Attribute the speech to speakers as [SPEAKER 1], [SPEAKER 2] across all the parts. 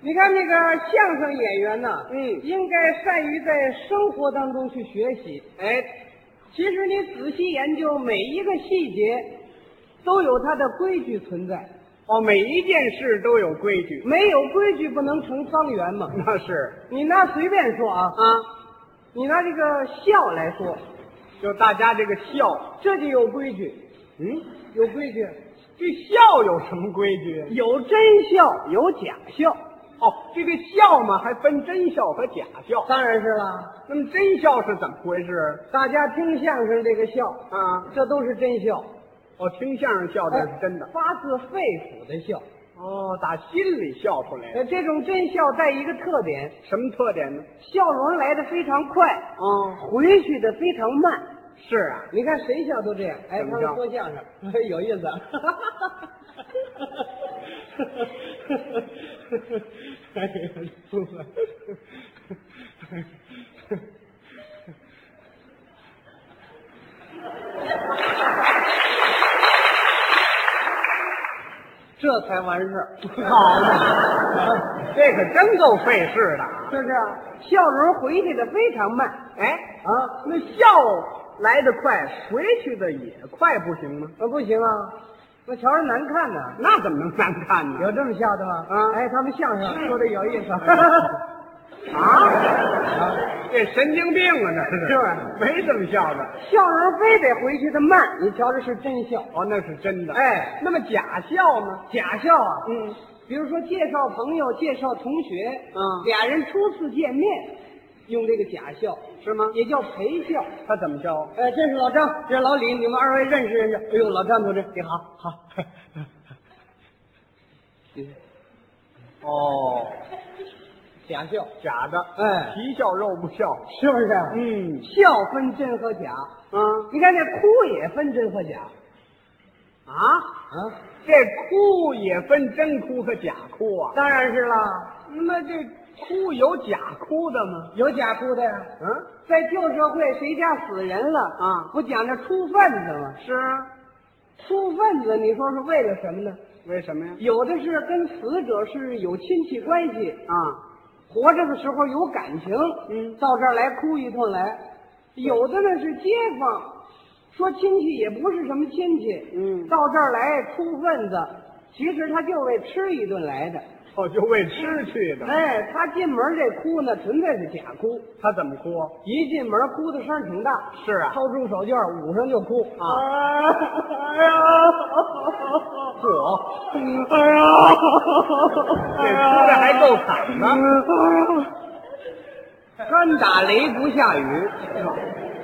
[SPEAKER 1] 你看那个相声演员呐，
[SPEAKER 2] 嗯
[SPEAKER 1] 应该善于在生活当中去学习。
[SPEAKER 2] 哎，
[SPEAKER 1] 其实你仔细研究每一个细节，都有它的规矩存在。
[SPEAKER 2] 哦，每一件事都有规矩，
[SPEAKER 1] 没有规矩不能成方圆嘛。
[SPEAKER 2] 那是
[SPEAKER 1] 你拿随便说啊，
[SPEAKER 2] 啊，
[SPEAKER 1] 你拿这个笑来说，
[SPEAKER 2] 就大家这个笑，
[SPEAKER 1] 这就有规矩，
[SPEAKER 2] 嗯，
[SPEAKER 1] 有规矩，
[SPEAKER 2] 这笑有什么规矩？
[SPEAKER 1] 有真笑，有假笑，
[SPEAKER 2] 哦，这个笑嘛，还分真笑和假笑。
[SPEAKER 1] 当然是啦。
[SPEAKER 2] 那么真笑是怎么回事
[SPEAKER 1] 大家听相声这个笑，
[SPEAKER 2] 啊？
[SPEAKER 1] 这都是真笑，
[SPEAKER 2] 哦，听相声笑这是真的。
[SPEAKER 1] 发自肺腑的笑。
[SPEAKER 2] 哦，打心里笑出来的。
[SPEAKER 1] 呃，这种真笑带一个特点，
[SPEAKER 2] 什么特点呢？
[SPEAKER 1] 笑容来的非常快，
[SPEAKER 2] 哦，
[SPEAKER 1] 回去的非常慢。
[SPEAKER 2] 是啊，
[SPEAKER 1] 你看谁笑都这样，哎，
[SPEAKER 2] 怎
[SPEAKER 1] 他
[SPEAKER 2] 么
[SPEAKER 1] 们
[SPEAKER 2] 笑
[SPEAKER 1] 说相 声有意思 啊。
[SPEAKER 2] 哎呀，舒服。
[SPEAKER 1] 这才完事儿，
[SPEAKER 2] 好嘛， 这可真够费事的。
[SPEAKER 1] 是不是啊？笑容回去的非常慢，
[SPEAKER 2] 哎，
[SPEAKER 1] 啊，
[SPEAKER 2] 那笑来得快，回去的也快，不行吗？
[SPEAKER 1] 那不行啊，嗯那瞧着难看呐、
[SPEAKER 2] 那怎么能难看呢？
[SPEAKER 1] 有这么笑的吗？
[SPEAKER 2] 啊
[SPEAKER 1] 哎，他们相声说的有 意思，
[SPEAKER 2] 啊，这神经病啊，这是
[SPEAKER 1] 是
[SPEAKER 2] 没什么笑的。
[SPEAKER 1] 笑容非得回去的慢，你瞧着是真笑。
[SPEAKER 2] 哦，那是真的。，
[SPEAKER 1] 哎，
[SPEAKER 2] 那么假笑呢？
[SPEAKER 1] 假笑啊，
[SPEAKER 2] 嗯，
[SPEAKER 1] 比如说介绍朋友、介绍同学，
[SPEAKER 2] 嗯
[SPEAKER 1] 俩人初次见面，用这个假笑，
[SPEAKER 2] 是吗？
[SPEAKER 1] 也叫陪笑。
[SPEAKER 2] 他怎么笑？
[SPEAKER 1] 哎，这是老张，这是老李，你们二位认识认识。哎呦，老张同志，你好，好。
[SPEAKER 2] 哦，
[SPEAKER 1] 假笑，
[SPEAKER 2] 假的。
[SPEAKER 1] 哎
[SPEAKER 2] 皮笑肉不笑。
[SPEAKER 1] 是 不是？啊
[SPEAKER 2] 嗯
[SPEAKER 1] 笑分真和假，
[SPEAKER 2] 啊
[SPEAKER 1] 你看这哭也分真和假
[SPEAKER 2] 啊，
[SPEAKER 1] 啊。
[SPEAKER 2] 这哭也分真哭和假哭啊。
[SPEAKER 1] 当然是啦，
[SPEAKER 2] 那么这哭有假哭的吗？
[SPEAKER 1] 有假哭的呀。
[SPEAKER 2] 嗯，
[SPEAKER 1] 在旧社会，谁家死人了
[SPEAKER 2] 啊
[SPEAKER 1] 不讲这出分子吗？
[SPEAKER 2] 是啊。
[SPEAKER 1] 出分子，你说是为了什么呢？
[SPEAKER 2] 为什么呀？
[SPEAKER 1] 有的是跟死者是有亲戚关系，
[SPEAKER 2] 啊，
[SPEAKER 1] 活着的时候有感情，
[SPEAKER 2] 嗯
[SPEAKER 1] 到这儿来哭一通来。有的呢是街坊，说亲戚也不是什么亲戚，
[SPEAKER 2] 嗯
[SPEAKER 1] 到这儿来出份子，其实他就为吃一顿来的。
[SPEAKER 2] 哦，就为吃去的。
[SPEAKER 1] 哎，他进门这哭呢，纯粹是假哭，
[SPEAKER 2] 他怎么哭？啊
[SPEAKER 1] 一进门哭的声儿挺大，
[SPEAKER 2] 是啊
[SPEAKER 1] 掏出手绢儿捂上就哭
[SPEAKER 2] 啊
[SPEAKER 1] 哎呀，
[SPEAKER 2] 嚯，
[SPEAKER 1] 哎呀，啊哎
[SPEAKER 2] 这哭的还够 惨呢。
[SPEAKER 1] 干打雷不下雨，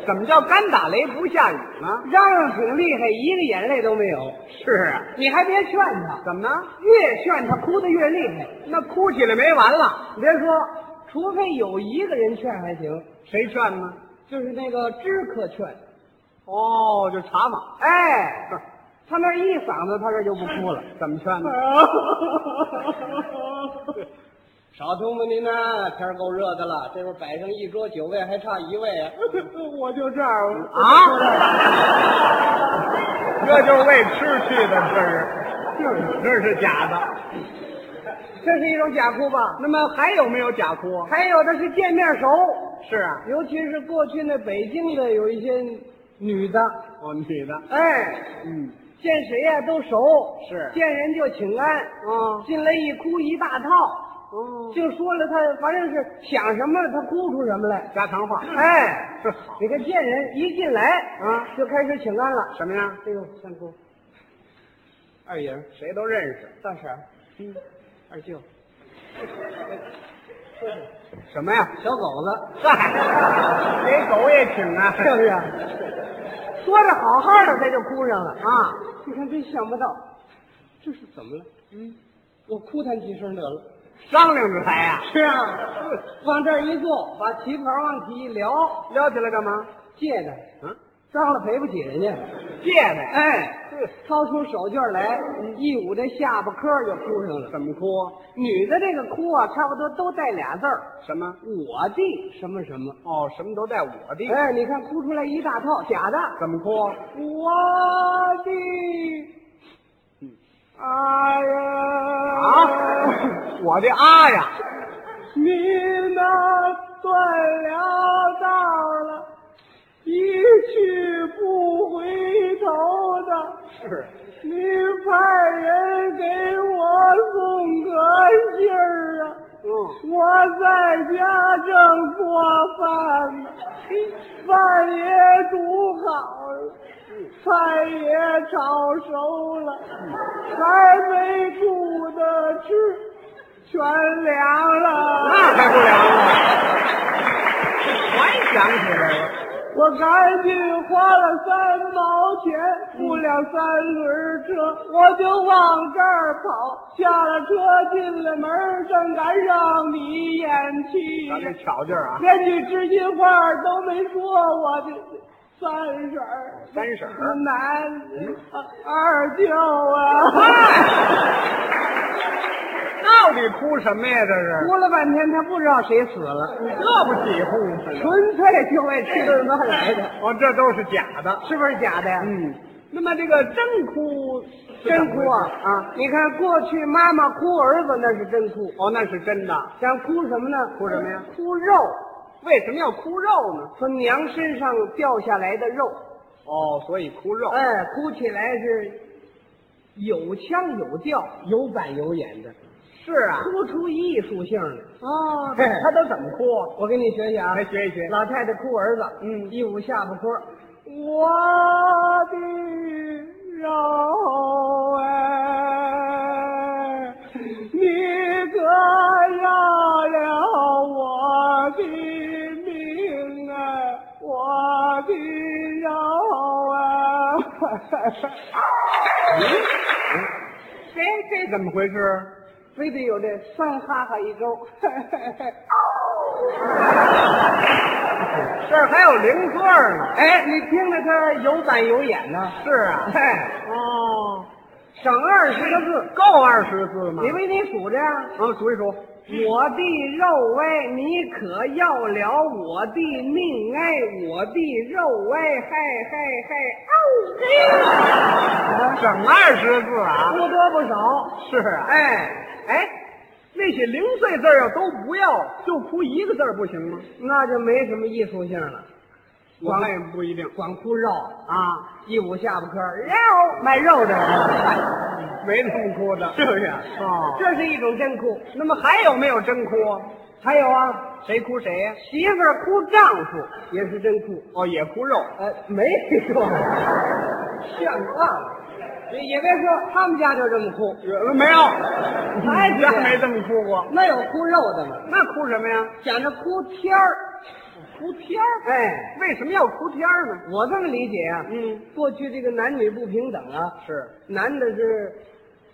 [SPEAKER 2] 怎么叫干打雷 不下雨呢？
[SPEAKER 1] 嚷嚷挺厉害，一个眼泪都没有。
[SPEAKER 2] 是啊，
[SPEAKER 1] 你还别劝他，
[SPEAKER 2] 怎么呢？
[SPEAKER 1] 越劝他哭得越厉害。
[SPEAKER 2] 那哭起来没完了？
[SPEAKER 1] 你别说，除非有一个人劝还行，
[SPEAKER 2] 谁劝呢？
[SPEAKER 1] 就是那个知客劝。
[SPEAKER 2] 哦，就查访。
[SPEAKER 1] 哎，他那一嗓子，他这就不哭 了。
[SPEAKER 2] 怎么劝呢？
[SPEAKER 1] 少通吧您呐，天儿够热的了，这会儿摆上一桌酒位，还差一位啊！我就这样
[SPEAKER 2] 啊， 这就是为吃去的，这是，
[SPEAKER 1] 就是
[SPEAKER 2] 这是假的。
[SPEAKER 1] 这是一种假哭吧？
[SPEAKER 2] 那么还有没有假哭？
[SPEAKER 1] 还有的是见面熟，
[SPEAKER 2] 是啊，
[SPEAKER 1] 尤其是过去那北京的有一些女的，
[SPEAKER 2] 哦，女的，
[SPEAKER 1] 哎，
[SPEAKER 2] 嗯，
[SPEAKER 1] 见谁呀、都熟，
[SPEAKER 2] 是
[SPEAKER 1] 见人就请安，
[SPEAKER 2] 哦，
[SPEAKER 1] 进来一哭一大套，
[SPEAKER 2] 哦，
[SPEAKER 1] 就说了他反正是想什么他哭出什么 来。
[SPEAKER 2] 家常话，
[SPEAKER 1] 哎，
[SPEAKER 2] 这好
[SPEAKER 1] 你看见人一进来
[SPEAKER 2] 啊
[SPEAKER 1] 就开始请安了。
[SPEAKER 2] 什么呀？
[SPEAKER 1] 哎呦，三姑、
[SPEAKER 2] 二爷谁都认识，
[SPEAKER 1] 大婶儿、
[SPEAKER 2] 嗯，
[SPEAKER 1] 二舅、
[SPEAKER 2] 什么呀？
[SPEAKER 1] 小狗子，
[SPEAKER 2] 嗨，给狗也请啊，
[SPEAKER 1] 是不是？说着好好的，他就哭上了。
[SPEAKER 2] 啊，
[SPEAKER 1] 你看，真想不到，这是怎么了？
[SPEAKER 2] 嗯，
[SPEAKER 1] 我哭弹几声得了。
[SPEAKER 2] 商量着来呀、
[SPEAKER 1] 是啊，往这儿一坐，把旗袍往起一撩，
[SPEAKER 2] 撩起来干嘛？
[SPEAKER 1] 借的，
[SPEAKER 2] 嗯，
[SPEAKER 1] 脏了赔不起人家。
[SPEAKER 2] 借呗，
[SPEAKER 1] 哎，掏出手绢来，一捂这下巴颏儿就哭上了。
[SPEAKER 2] 怎么哭？
[SPEAKER 1] 女的这个哭啊，差不多都带俩字儿，
[SPEAKER 2] 什么？
[SPEAKER 1] 我的什么什么。
[SPEAKER 2] 哦，什么都带我的，
[SPEAKER 1] 哎，你看哭出来一大套，假的。
[SPEAKER 2] 怎么哭？啊
[SPEAKER 1] 我的，哎呀，
[SPEAKER 2] 啊 我的啊呀，
[SPEAKER 1] 你那断了道了，一去不回头的，
[SPEAKER 2] 是
[SPEAKER 1] 你派人给我送个信儿啊！
[SPEAKER 2] 嗯，
[SPEAKER 1] 我在家正做饭呢，饭也煮好了，菜也炒熟了，还没顾得吃，全凉
[SPEAKER 2] 那
[SPEAKER 1] 了。
[SPEAKER 2] 还不凉了？还想起来了，
[SPEAKER 1] 我赶紧花了三毛钱雇辆三轮车，我就往这儿跑。下了车进了门儿，正赶上你演戏呢
[SPEAKER 2] 咱。这巧劲儿啊，
[SPEAKER 1] 连句知心话都没说，我的三婶儿、
[SPEAKER 2] 三婶儿，嗯
[SPEAKER 1] 男呃二舅啊，
[SPEAKER 2] 嗨，到底哭什么呀？这是
[SPEAKER 1] 哭了半天，他不知道谁死了，
[SPEAKER 2] 你这不起哄吗？
[SPEAKER 1] 纯粹就为吃顿饭来的，
[SPEAKER 2] 哦，这都是假的。
[SPEAKER 1] 是不是假的呀？
[SPEAKER 2] 嗯，
[SPEAKER 1] 那么这个真哭，真哭啊
[SPEAKER 2] 是
[SPEAKER 1] 啊！你看过去妈妈哭儿子那是真哭，
[SPEAKER 2] 哦，那是真的。
[SPEAKER 1] 咱哭什么呢？呃
[SPEAKER 2] 哭什么呀？
[SPEAKER 1] 哭肉，
[SPEAKER 2] 为什么要哭肉呢？
[SPEAKER 1] 从娘身上掉下来的肉。
[SPEAKER 2] 哦，所以哭肉。
[SPEAKER 1] 哎，哭起来是有腔有调、有板有眼的，
[SPEAKER 2] 是啊。
[SPEAKER 1] 哭出艺术性来。哎
[SPEAKER 2] 哦
[SPEAKER 1] 嘿
[SPEAKER 2] 他都怎么哭？
[SPEAKER 1] 我给你学学啊
[SPEAKER 2] 来，学一学。
[SPEAKER 1] 老太太哭儿子，
[SPEAKER 2] 嗯
[SPEAKER 1] 一捂下巴说：“我的肉哎，你割要了我的命哎，我的肉啊！”
[SPEAKER 2] 这这怎么回事？
[SPEAKER 1] 非得有这三哈哈一周，
[SPEAKER 2] 这儿还有零个呢。
[SPEAKER 1] 哎，你听着他有板有眼呢、
[SPEAKER 2] 是啊。
[SPEAKER 1] 哎，
[SPEAKER 2] 哦，
[SPEAKER 1] 省二十个字，
[SPEAKER 2] 够二十字吗
[SPEAKER 1] 你为你数着呀、
[SPEAKER 2] 嗯，数一数。
[SPEAKER 1] 我的肉哎，你可要了我的命哎，我的肉哎，嗨哦嗨嗨，
[SPEAKER 2] 整二十字啊
[SPEAKER 1] 哦嘿，不多不少，
[SPEAKER 2] 是啊。
[SPEAKER 1] 哎，
[SPEAKER 2] 哎，那些零碎字儿要都不要，就哭一个字儿不行吗？
[SPEAKER 1] 那就没什么艺术性了，
[SPEAKER 2] 我看也不一定
[SPEAKER 1] 光哭肉，
[SPEAKER 2] 啊，
[SPEAKER 1] 一捂下巴颏儿，
[SPEAKER 2] 哎
[SPEAKER 1] 肉卖肉的
[SPEAKER 2] 哦
[SPEAKER 1] 人，
[SPEAKER 2] 没那么哭的，是不是？哦，
[SPEAKER 1] 啊这是一种真哭。
[SPEAKER 2] 那么还有没有真哭？
[SPEAKER 1] 还有啊，
[SPEAKER 2] 谁哭谁呀？
[SPEAKER 1] 媳妇儿哭丈夫也是真哭，
[SPEAKER 2] 哦，也哭肉。
[SPEAKER 1] 哎，没说， 像话吗？也也别说，他们家就这么哭，
[SPEAKER 2] 没有，
[SPEAKER 1] 哎
[SPEAKER 2] 咱家没这么哭过。
[SPEAKER 1] 那有哭肉的吗？
[SPEAKER 2] 那哭什么呀？
[SPEAKER 1] 讲着哭天儿，
[SPEAKER 2] 哭天儿。
[SPEAKER 1] 哎，
[SPEAKER 2] 为什么要哭天儿呢？
[SPEAKER 1] 我这么理解啊，
[SPEAKER 2] 嗯，
[SPEAKER 1] 过去这个男女不平等啊，
[SPEAKER 2] 是
[SPEAKER 1] 男的是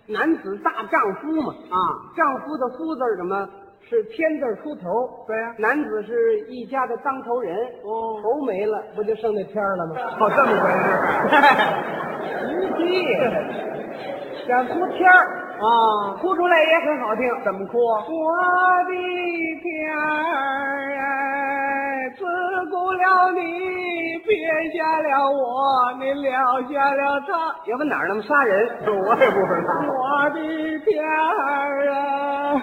[SPEAKER 1] 男子大丈夫嘛，
[SPEAKER 2] 啊，
[SPEAKER 1] 丈夫的夫字儿怎么是天字儿出头？
[SPEAKER 2] 对呀
[SPEAKER 1] 男子是一家的当头人，
[SPEAKER 2] 哦
[SPEAKER 1] 头没了不就剩那天儿了 吗？
[SPEAKER 2] 哦，这么回事。
[SPEAKER 1] 无稽，想哭天儿，
[SPEAKER 2] 啊，
[SPEAKER 1] 哭出来也很好听。
[SPEAKER 2] 怎么哭？
[SPEAKER 1] 我的天儿哎，自古了你，撇下了我，你撂下了他，要不哪儿那么仨人？
[SPEAKER 2] 我也不知道。
[SPEAKER 1] 我的天儿啊！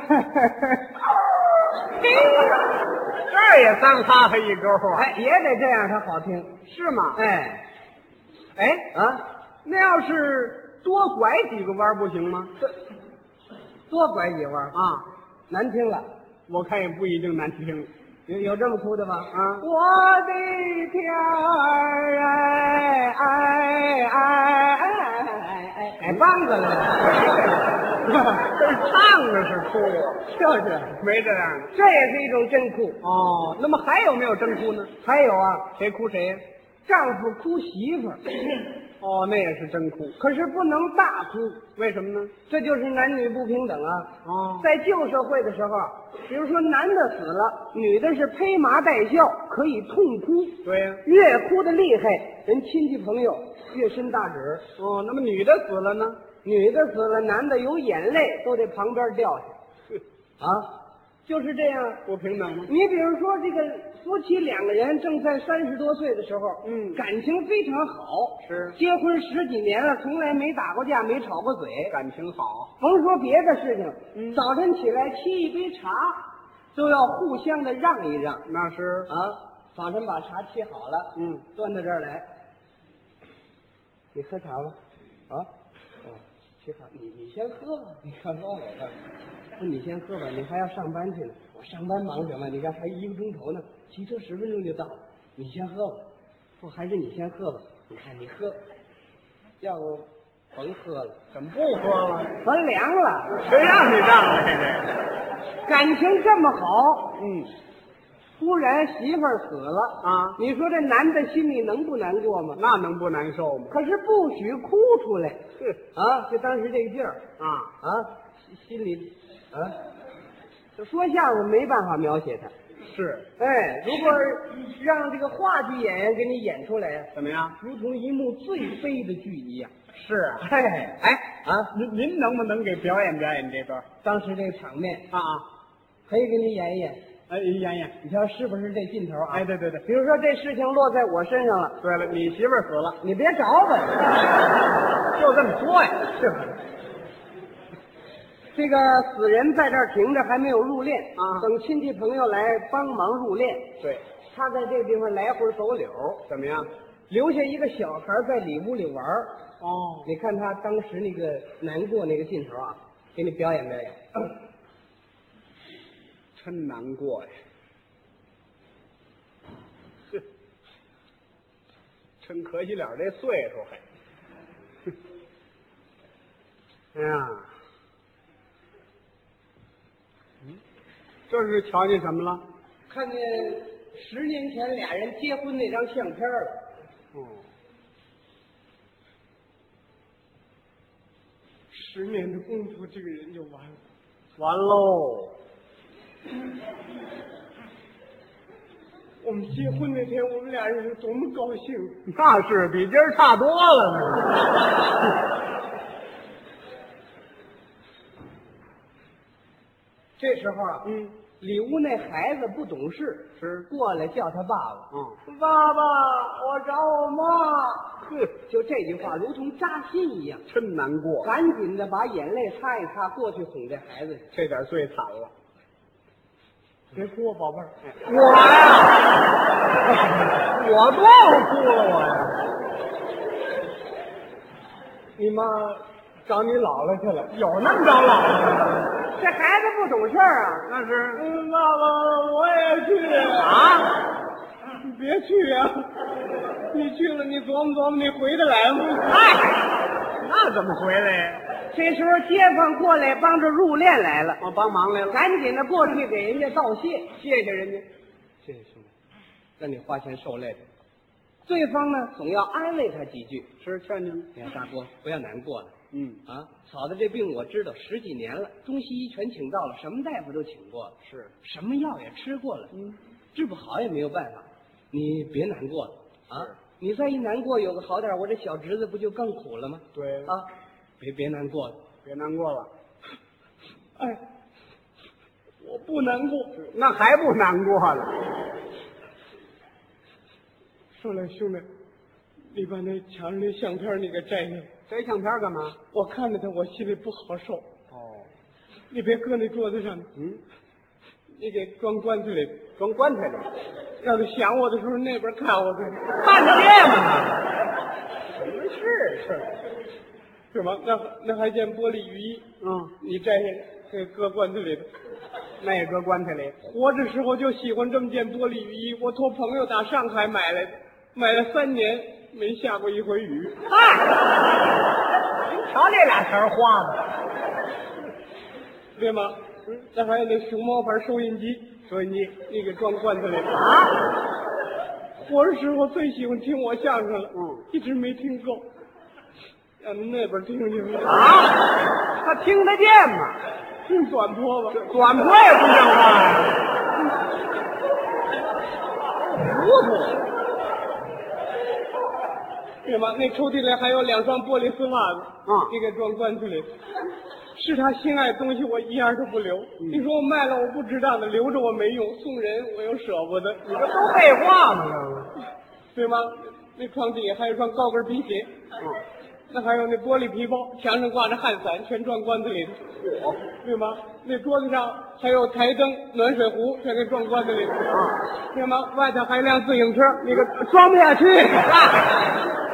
[SPEAKER 2] 这儿也三哈哈一勾啊。
[SPEAKER 1] 哎，也得这样，它好听。
[SPEAKER 2] 是吗？
[SPEAKER 1] 哎，
[SPEAKER 2] 哎，
[SPEAKER 1] 啊，
[SPEAKER 2] 那要是多拐几个弯儿不行吗？
[SPEAKER 1] 多拐几弯儿，
[SPEAKER 2] 啊，
[SPEAKER 1] 难听了。
[SPEAKER 2] 我看也不一定难听。
[SPEAKER 1] 有有这么哭的吗？
[SPEAKER 2] 啊
[SPEAKER 1] 我的天儿哎哎哎哎哎哎哎，棒子了，
[SPEAKER 2] 这唱着是哭，
[SPEAKER 1] 就是，
[SPEAKER 2] 没这样的。
[SPEAKER 1] 这也是一种真哭。
[SPEAKER 2] 哦，那么还有没有真哭呢？
[SPEAKER 1] 还有啊，
[SPEAKER 2] 谁哭谁呀？
[SPEAKER 1] 丈夫哭媳妇儿，
[SPEAKER 2] 哦，那也是真哭。
[SPEAKER 1] 可是不能大哭，
[SPEAKER 2] 为什么呢？
[SPEAKER 1] 这就是男女不平等啊。
[SPEAKER 2] 哦，
[SPEAKER 1] 在旧社会的时候，啊比如说男的死了，女的是披麻戴孝，可以痛哭，
[SPEAKER 2] 对呀、
[SPEAKER 1] 越哭的厉害，人亲戚朋友越伸大指。
[SPEAKER 2] 哦，那么女的死了呢？
[SPEAKER 1] 女的死了，男的有眼泪都得旁边掉下啊，就是这样。
[SPEAKER 2] 不平等吗？
[SPEAKER 1] 你比如说，这个夫妻两个人正在三十多岁的时候，
[SPEAKER 2] 嗯
[SPEAKER 1] 感情非常好，
[SPEAKER 2] 是
[SPEAKER 1] 结婚十几年了，从来没打过架，没吵过嘴，
[SPEAKER 2] 感情好，
[SPEAKER 1] 甭说别的事情，
[SPEAKER 2] 嗯
[SPEAKER 1] 早晨起来沏一杯茶，都要互相的让一让
[SPEAKER 2] 那是
[SPEAKER 1] 啊。早晨把茶沏好了，
[SPEAKER 2] 嗯，
[SPEAKER 1] 端到这儿来，你喝茶吧，啊，哦，沏好，你你先喝吧， 你看帮我干嘛？不，你先喝吧，你还要上班去呢。我上班忙什么？你看还一个钟头呢，骑车十分钟就到了。你先喝吧，不，还是你先喝吧。你看你喝，要不甭喝了，
[SPEAKER 2] 怎么不喝了？
[SPEAKER 1] 咱凉了。
[SPEAKER 2] 谁让你让了这
[SPEAKER 1] 感情这么好，
[SPEAKER 2] 嗯
[SPEAKER 1] 突然媳妇儿死了，
[SPEAKER 2] 啊，
[SPEAKER 1] 你说这男的心里能不难过吗？
[SPEAKER 2] 那能不难受吗？
[SPEAKER 1] 可是不许哭出来
[SPEAKER 2] 哼
[SPEAKER 1] 啊！就当时这个劲儿
[SPEAKER 2] 啊，
[SPEAKER 1] 啊，心心里啊，就说相声没办法描写他。
[SPEAKER 2] 是
[SPEAKER 1] 哎，如果让这个话剧演员给你演出来呀，
[SPEAKER 2] 怎么样？
[SPEAKER 1] 如同一幕最悲的剧一样。
[SPEAKER 2] 是啊，
[SPEAKER 1] 哎哎啊！
[SPEAKER 2] 您您能不能给表演表演这段
[SPEAKER 1] 当时这个场面
[SPEAKER 2] 啊啊？
[SPEAKER 1] 可以给你演一演，
[SPEAKER 2] 哎，演演。
[SPEAKER 1] 你瞧是不是这劲头啊？
[SPEAKER 2] 哎，对对对。
[SPEAKER 1] 比如说这事情落在我身上了。
[SPEAKER 2] 对了，你媳妇儿死了，
[SPEAKER 1] 你别找我，
[SPEAKER 2] 就这么说呀，是吧？
[SPEAKER 1] 这个死人在这儿停着，还没有入殓
[SPEAKER 2] 啊
[SPEAKER 1] 等亲戚朋友来帮忙入殓，
[SPEAKER 2] 对，
[SPEAKER 1] 他在这地方来回走柳，
[SPEAKER 2] 怎么样？
[SPEAKER 1] 留下一个小孩在里屋里玩儿
[SPEAKER 2] 哦，
[SPEAKER 1] 你看他当时那个难过那个劲头啊，给你表演表演。
[SPEAKER 2] 真难过呀，哼真可惜了这岁数还。
[SPEAKER 1] 哎呀，
[SPEAKER 2] 嗯这是瞧见什么了？
[SPEAKER 1] 看见十年前俩人结婚那张相片了，
[SPEAKER 2] 哦，十年的功夫，这个人就完了，完喽。
[SPEAKER 1] 我们嗯结婚那天我们俩人多么高兴！啊
[SPEAKER 2] 那是比今儿差多了呢。
[SPEAKER 1] 这时候啊，
[SPEAKER 2] 嗯，
[SPEAKER 1] 里屋那孩子不懂事，
[SPEAKER 2] 是
[SPEAKER 1] 过来叫他爸爸。
[SPEAKER 2] 嗯，
[SPEAKER 1] 爸爸，我找我妈。
[SPEAKER 2] 哼，
[SPEAKER 1] 就这句话，如同扎心一样，
[SPEAKER 2] 真难过，
[SPEAKER 1] 赶紧的把眼泪擦一擦，过去哄这孩子去。
[SPEAKER 2] 这点最惨了。哎
[SPEAKER 1] 别哭，宝贝儿，
[SPEAKER 2] 我呀， 我多少哭了我呀？
[SPEAKER 1] 你妈
[SPEAKER 2] 找你姥姥去了，有那么找姥姥的吗？
[SPEAKER 1] 这孩子不懂事儿啊。
[SPEAKER 2] 那是
[SPEAKER 1] 嗯，爸爸，我也去。
[SPEAKER 2] 啊，
[SPEAKER 1] 你别去呀、你去了，你琢磨琢磨，你回得来吗？
[SPEAKER 2] 嗨，那怎么回来呀？
[SPEAKER 1] 这时候街坊过来帮着入殓哦来了，
[SPEAKER 2] 我帮忙来了，
[SPEAKER 1] 赶紧的过去给人家道谢。
[SPEAKER 2] 谢谢人家。
[SPEAKER 1] 谢谢兄弟，让你花钱受累了。对方呢，嗯总要安慰他几句。
[SPEAKER 2] 是劝劝你。
[SPEAKER 1] 你看大哥，不要难过了
[SPEAKER 2] 嗯，
[SPEAKER 1] 啊！嫂子这病我知道十几年了，中西医全请到了，什么大夫都请过了，
[SPEAKER 2] 是，
[SPEAKER 1] 什么药也吃过了，
[SPEAKER 2] 嗯，
[SPEAKER 1] 治不好也没有办法。你别难过了啊
[SPEAKER 2] 是！
[SPEAKER 1] 你再一难过有个好点儿，我这小侄子不就更苦了吗？
[SPEAKER 2] 对
[SPEAKER 1] 啊，别别难过了。
[SPEAKER 2] 别难过了，
[SPEAKER 1] 哎，我不难过。
[SPEAKER 2] 那还不难过了？
[SPEAKER 1] 说来兄弟，你把那墙上那相片你给摘了，
[SPEAKER 2] 摘相片干嘛？
[SPEAKER 1] 我看着他我心里不好受。
[SPEAKER 2] 哦，
[SPEAKER 1] 你别搁那桌子上，
[SPEAKER 2] 嗯，
[SPEAKER 1] 你给装棺材里，
[SPEAKER 2] 装棺材里，
[SPEAKER 1] 让他想我的时候那边看我去，
[SPEAKER 2] 半夜嘛，什么事是？
[SPEAKER 1] 是吗？那那还件玻璃雨衣，
[SPEAKER 2] 嗯，
[SPEAKER 1] 你摘下来给搁棺材里头。
[SPEAKER 2] 那也搁棺材里。
[SPEAKER 1] 活着时候就喜欢这么件玻璃雨衣，我托朋友打上海买来的，买了三年没下过一回雨。
[SPEAKER 2] 您瞧这俩词儿花的，
[SPEAKER 1] 对吗？嗯，那还有那熊猫牌收音机，
[SPEAKER 2] 收音机
[SPEAKER 1] 你给装罐子里了。
[SPEAKER 2] 啊，
[SPEAKER 1] 活着时候最喜欢听我相声了，
[SPEAKER 2] 嗯，
[SPEAKER 1] 一直没听够，让您那边听听吧，
[SPEAKER 2] 啊，他听得见吗？
[SPEAKER 1] 听短波吧。
[SPEAKER 2] 短脖也不像话呀、糊涂。
[SPEAKER 1] 是吗？那抽屉里还有两双玻璃丝袜子，
[SPEAKER 2] 啊
[SPEAKER 1] 这个装罐子里。是他心爱的东西，我一样都不留。
[SPEAKER 2] 嗯
[SPEAKER 1] 你说我卖了，我不值当的，留着我没用，送人我又舍不得，
[SPEAKER 2] 你这都废话吗？这
[SPEAKER 1] 对吗？那床底下还有双高跟皮鞋，
[SPEAKER 2] 不是，
[SPEAKER 1] 那还有那玻璃皮包，墙上挂着汗伞，全装罐子里的，
[SPEAKER 2] 嗯，我
[SPEAKER 1] 对吗？那桌子上还有台灯、暖水壶，全给装罐子里的，
[SPEAKER 2] 啊，
[SPEAKER 1] 对吗？外头还一辆自行车，那个装不下去。
[SPEAKER 2] 啊，